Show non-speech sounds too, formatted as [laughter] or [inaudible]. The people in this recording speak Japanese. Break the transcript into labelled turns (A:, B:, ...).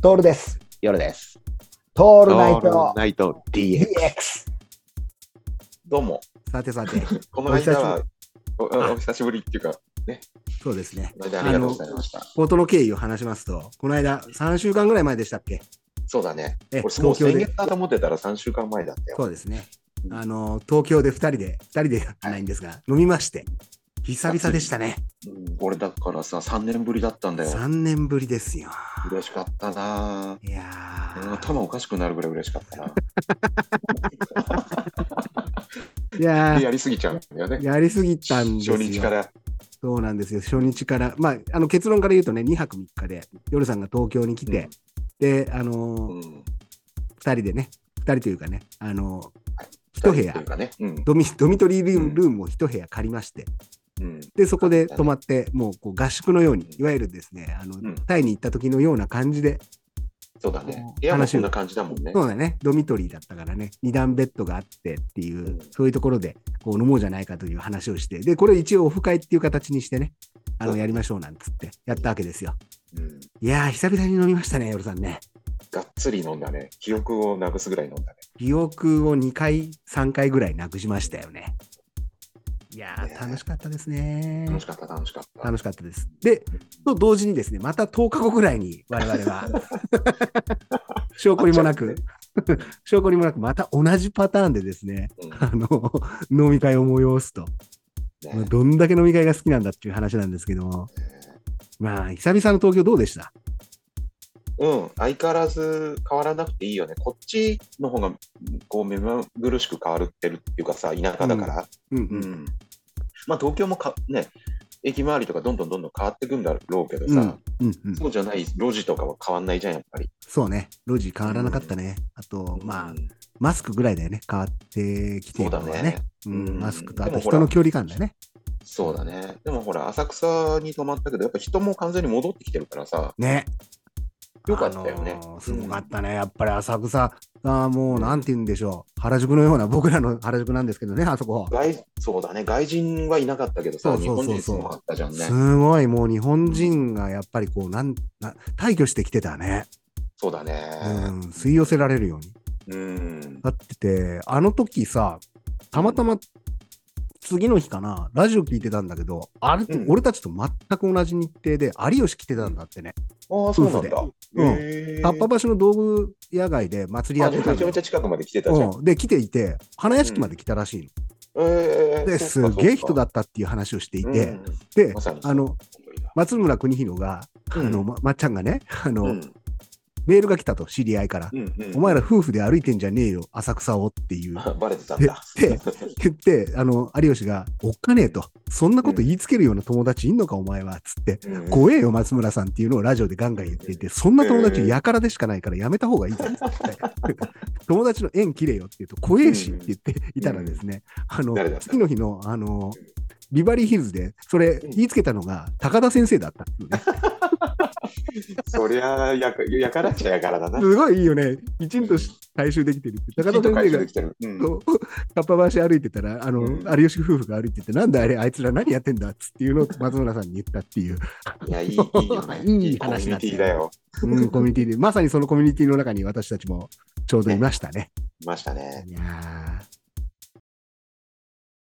A: トールです。
B: 夜です。
A: ト
B: オ
A: ールナイト
B: ナイト DX。
A: DX。
C: どうも、
A: さてさて、
C: この間はおおお久しぶりっていうか、
A: そうですね。
C: この間ありがとうございました。
A: 事の経緯を話しますと、この間、3週間ぐらい前でしたっけ
C: そうだね。
A: え
C: 俺、もう
A: 東京
C: 先
A: で
C: 月。だと思ってたら3週間前だったよ。
A: そうですね。あの、東京で2人で、2人でじゃないんですが、飲みまして、久々でしたね。
C: うん俺だからさ、3年ぶりだったんだよ。
A: 3年ぶりですよ。
C: 嬉しかったない
A: や
C: ぁ
A: ー。
C: 頭おかしくなるぐらい嬉しかったな。
A: いや
C: で
A: ー
C: やりすぎちゃうんだよね。
A: やりすぎたんです
C: 初
A: よ。
C: 日から。
A: そうなんですよ、初日から、まあ、あの結論から言うとね、2泊3日で、夜さんが東京に来て、で、あのー
C: うん。
A: 2人でね、2人というかね、あのー一部
C: 二人とい
A: 屋
C: う、かね。うん。
A: ドミドミトリールー
C: うん
A: ムルームを一部屋借りまして、
C: うん。
A: で、そこで泊まって、もうこう合宿のように、いわゆるですね、あの
C: ん
A: タイに行った時のような感じで、
C: そうだね
A: も。う
C: 部屋も
A: 話
C: こ
A: を
C: んな感じだもんね。、
A: そうだね、ドミトリーだったからね、2段ベッドがあってっていううんそういうところでこう飲もうじゃないかという話をして、で、これ一応オフ会っていう形にしてね、あの
C: そうだね
A: やりましょうなんつってやったわけですよ。
C: うん。
A: いやー、久々に飲みましたね、夜さんね。
C: がっつり飲んだね。記憶をなくすぐらい飲んだね。
A: 記憶を2回、3回ぐらいなくしましたよね。いや
C: ね
A: ー、
C: え
A: 楽しかったですね。
C: 楽しかった、楽しかった。
A: 楽しかったです。で、と同時にですね、また10日後ぐらいに我々は、 [laughs] 証拠にもなく、証拠にもなく、また同じパターンでですね、
C: うん
A: あの、飲み会を催すと、
C: ね
A: まあどんだけ飲み会が好きなんだっていう話なんですけども、まあ、久々の東京どうでした
C: うん、相変わらず変わらなくていいよね。こっちの方が、こう、目まぐるしく変わるってるっていうかさ、田舎だから。
A: うん
C: うん。まあ、東京もか、ね、駅周りとかどんどんどんどん変わってくんだろうけどさ、
A: うんうん、
C: そうじゃない路地とかは変わんないじゃん、やっぱり。
A: そうね、路地変わらなかったね。あと、まあ
C: う、ん
A: マスクぐらいだよね、変わってきて
C: そう
A: るの
C: だ
A: は
C: ね
A: ね。。う
C: うん
A: ん、マスクと、あ
C: で
A: と
C: もほ
A: 人
C: ら
A: の距離感だよね。
C: そうだね。でもほら、浅草に泊まったけど、やっぱ人も完全に戻ってきてるからさ、
A: ね。
C: よかったよね
A: あのーすごかったね、やっぱり浅草がもうなんて言うんでしょう、原宿のような、僕らの [laughs] 原宿なんですけどね、あそこ。
C: 外そうだね、外人はいなかったけど
A: そ
C: さ、
A: う
C: 日
A: そうそう
C: 本
A: そう
C: 人すごかったじゃんね。
A: すごい、もう日本人がやっぱりこう、なんな退去してきてたね、
C: そうだ
A: う
C: ね。
A: ん、吸い寄せられるように。
C: うん。
A: だってて、あの時さ、たまたま次の日かな、ラジオ聞いてたんだけど、あれ、
C: うん
A: 俺たちと全く同じ日程で、有吉来てたんだってね、
C: ああ、そうなんだ。
A: 夫でうん
C: へえ
A: かっぱ橋の道具野外で祭りや
C: あ
A: っ
C: じ
A: て
C: ゃ
A: た
C: あめ
A: の
C: ちゃ
A: よ
C: めちゃ近くまで来てたじゃん。
A: うん、で、来ていて、花屋敷まで来たらしいの。
C: ええ
A: で、すげえ人だ
C: っ
A: ったっていう話をしてい
C: て
A: て、で、
C: まさにそう
A: あの、松村邦弘が、
C: うん
A: あの、ままっちゃんがね、あの、
C: うん
A: メールが来たと、知り合いから、
C: うんうん
A: お前ら夫婦で歩いてんじゃねえよ、浅草をっていう、
C: [laughs] バレてたんだ。
A: でで言って、あの、有吉が、おっかねえと、そんなこと言いつけるような友達いんのか、お前は、つって、
C: うん
A: 怖えよ、松村さんっていうのをラジオでガンガン言っていて、そんな友達、やからでしかないから、やめた方がいいぞっつって、
C: [laughs]
A: 友達の縁切れよって言うと、怖えしって言っていたらですね、あの
C: 誰だ、った
A: 次の日の、あの、ビバリーヒルズで、それ、言いつけたのが、高田先生だったっていうね。
C: そりゃやか、やからっちゃやからだな。
A: すごいいいよね。きちんとし回収できてるって。高
C: きちんと
A: 田先生
C: 回収で
A: が
C: き。てる。うん
A: こうかっぱ橋歩いてたら、あの、
C: うん
A: 有吉夫婦が歩いてて、なんであれ、あいつら何やってんだっつっていうのを松村さんに言ったっていう、
C: いや、いい、いいよね。
A: いい
C: コミ
A: 話
C: ュ
A: だっ
C: ニ
A: た
C: ティだよ。
A: うん、コミュニティで、まさにそのコミュニティの中に私たちもちょうどいましたね。
C: いましたね。
A: いや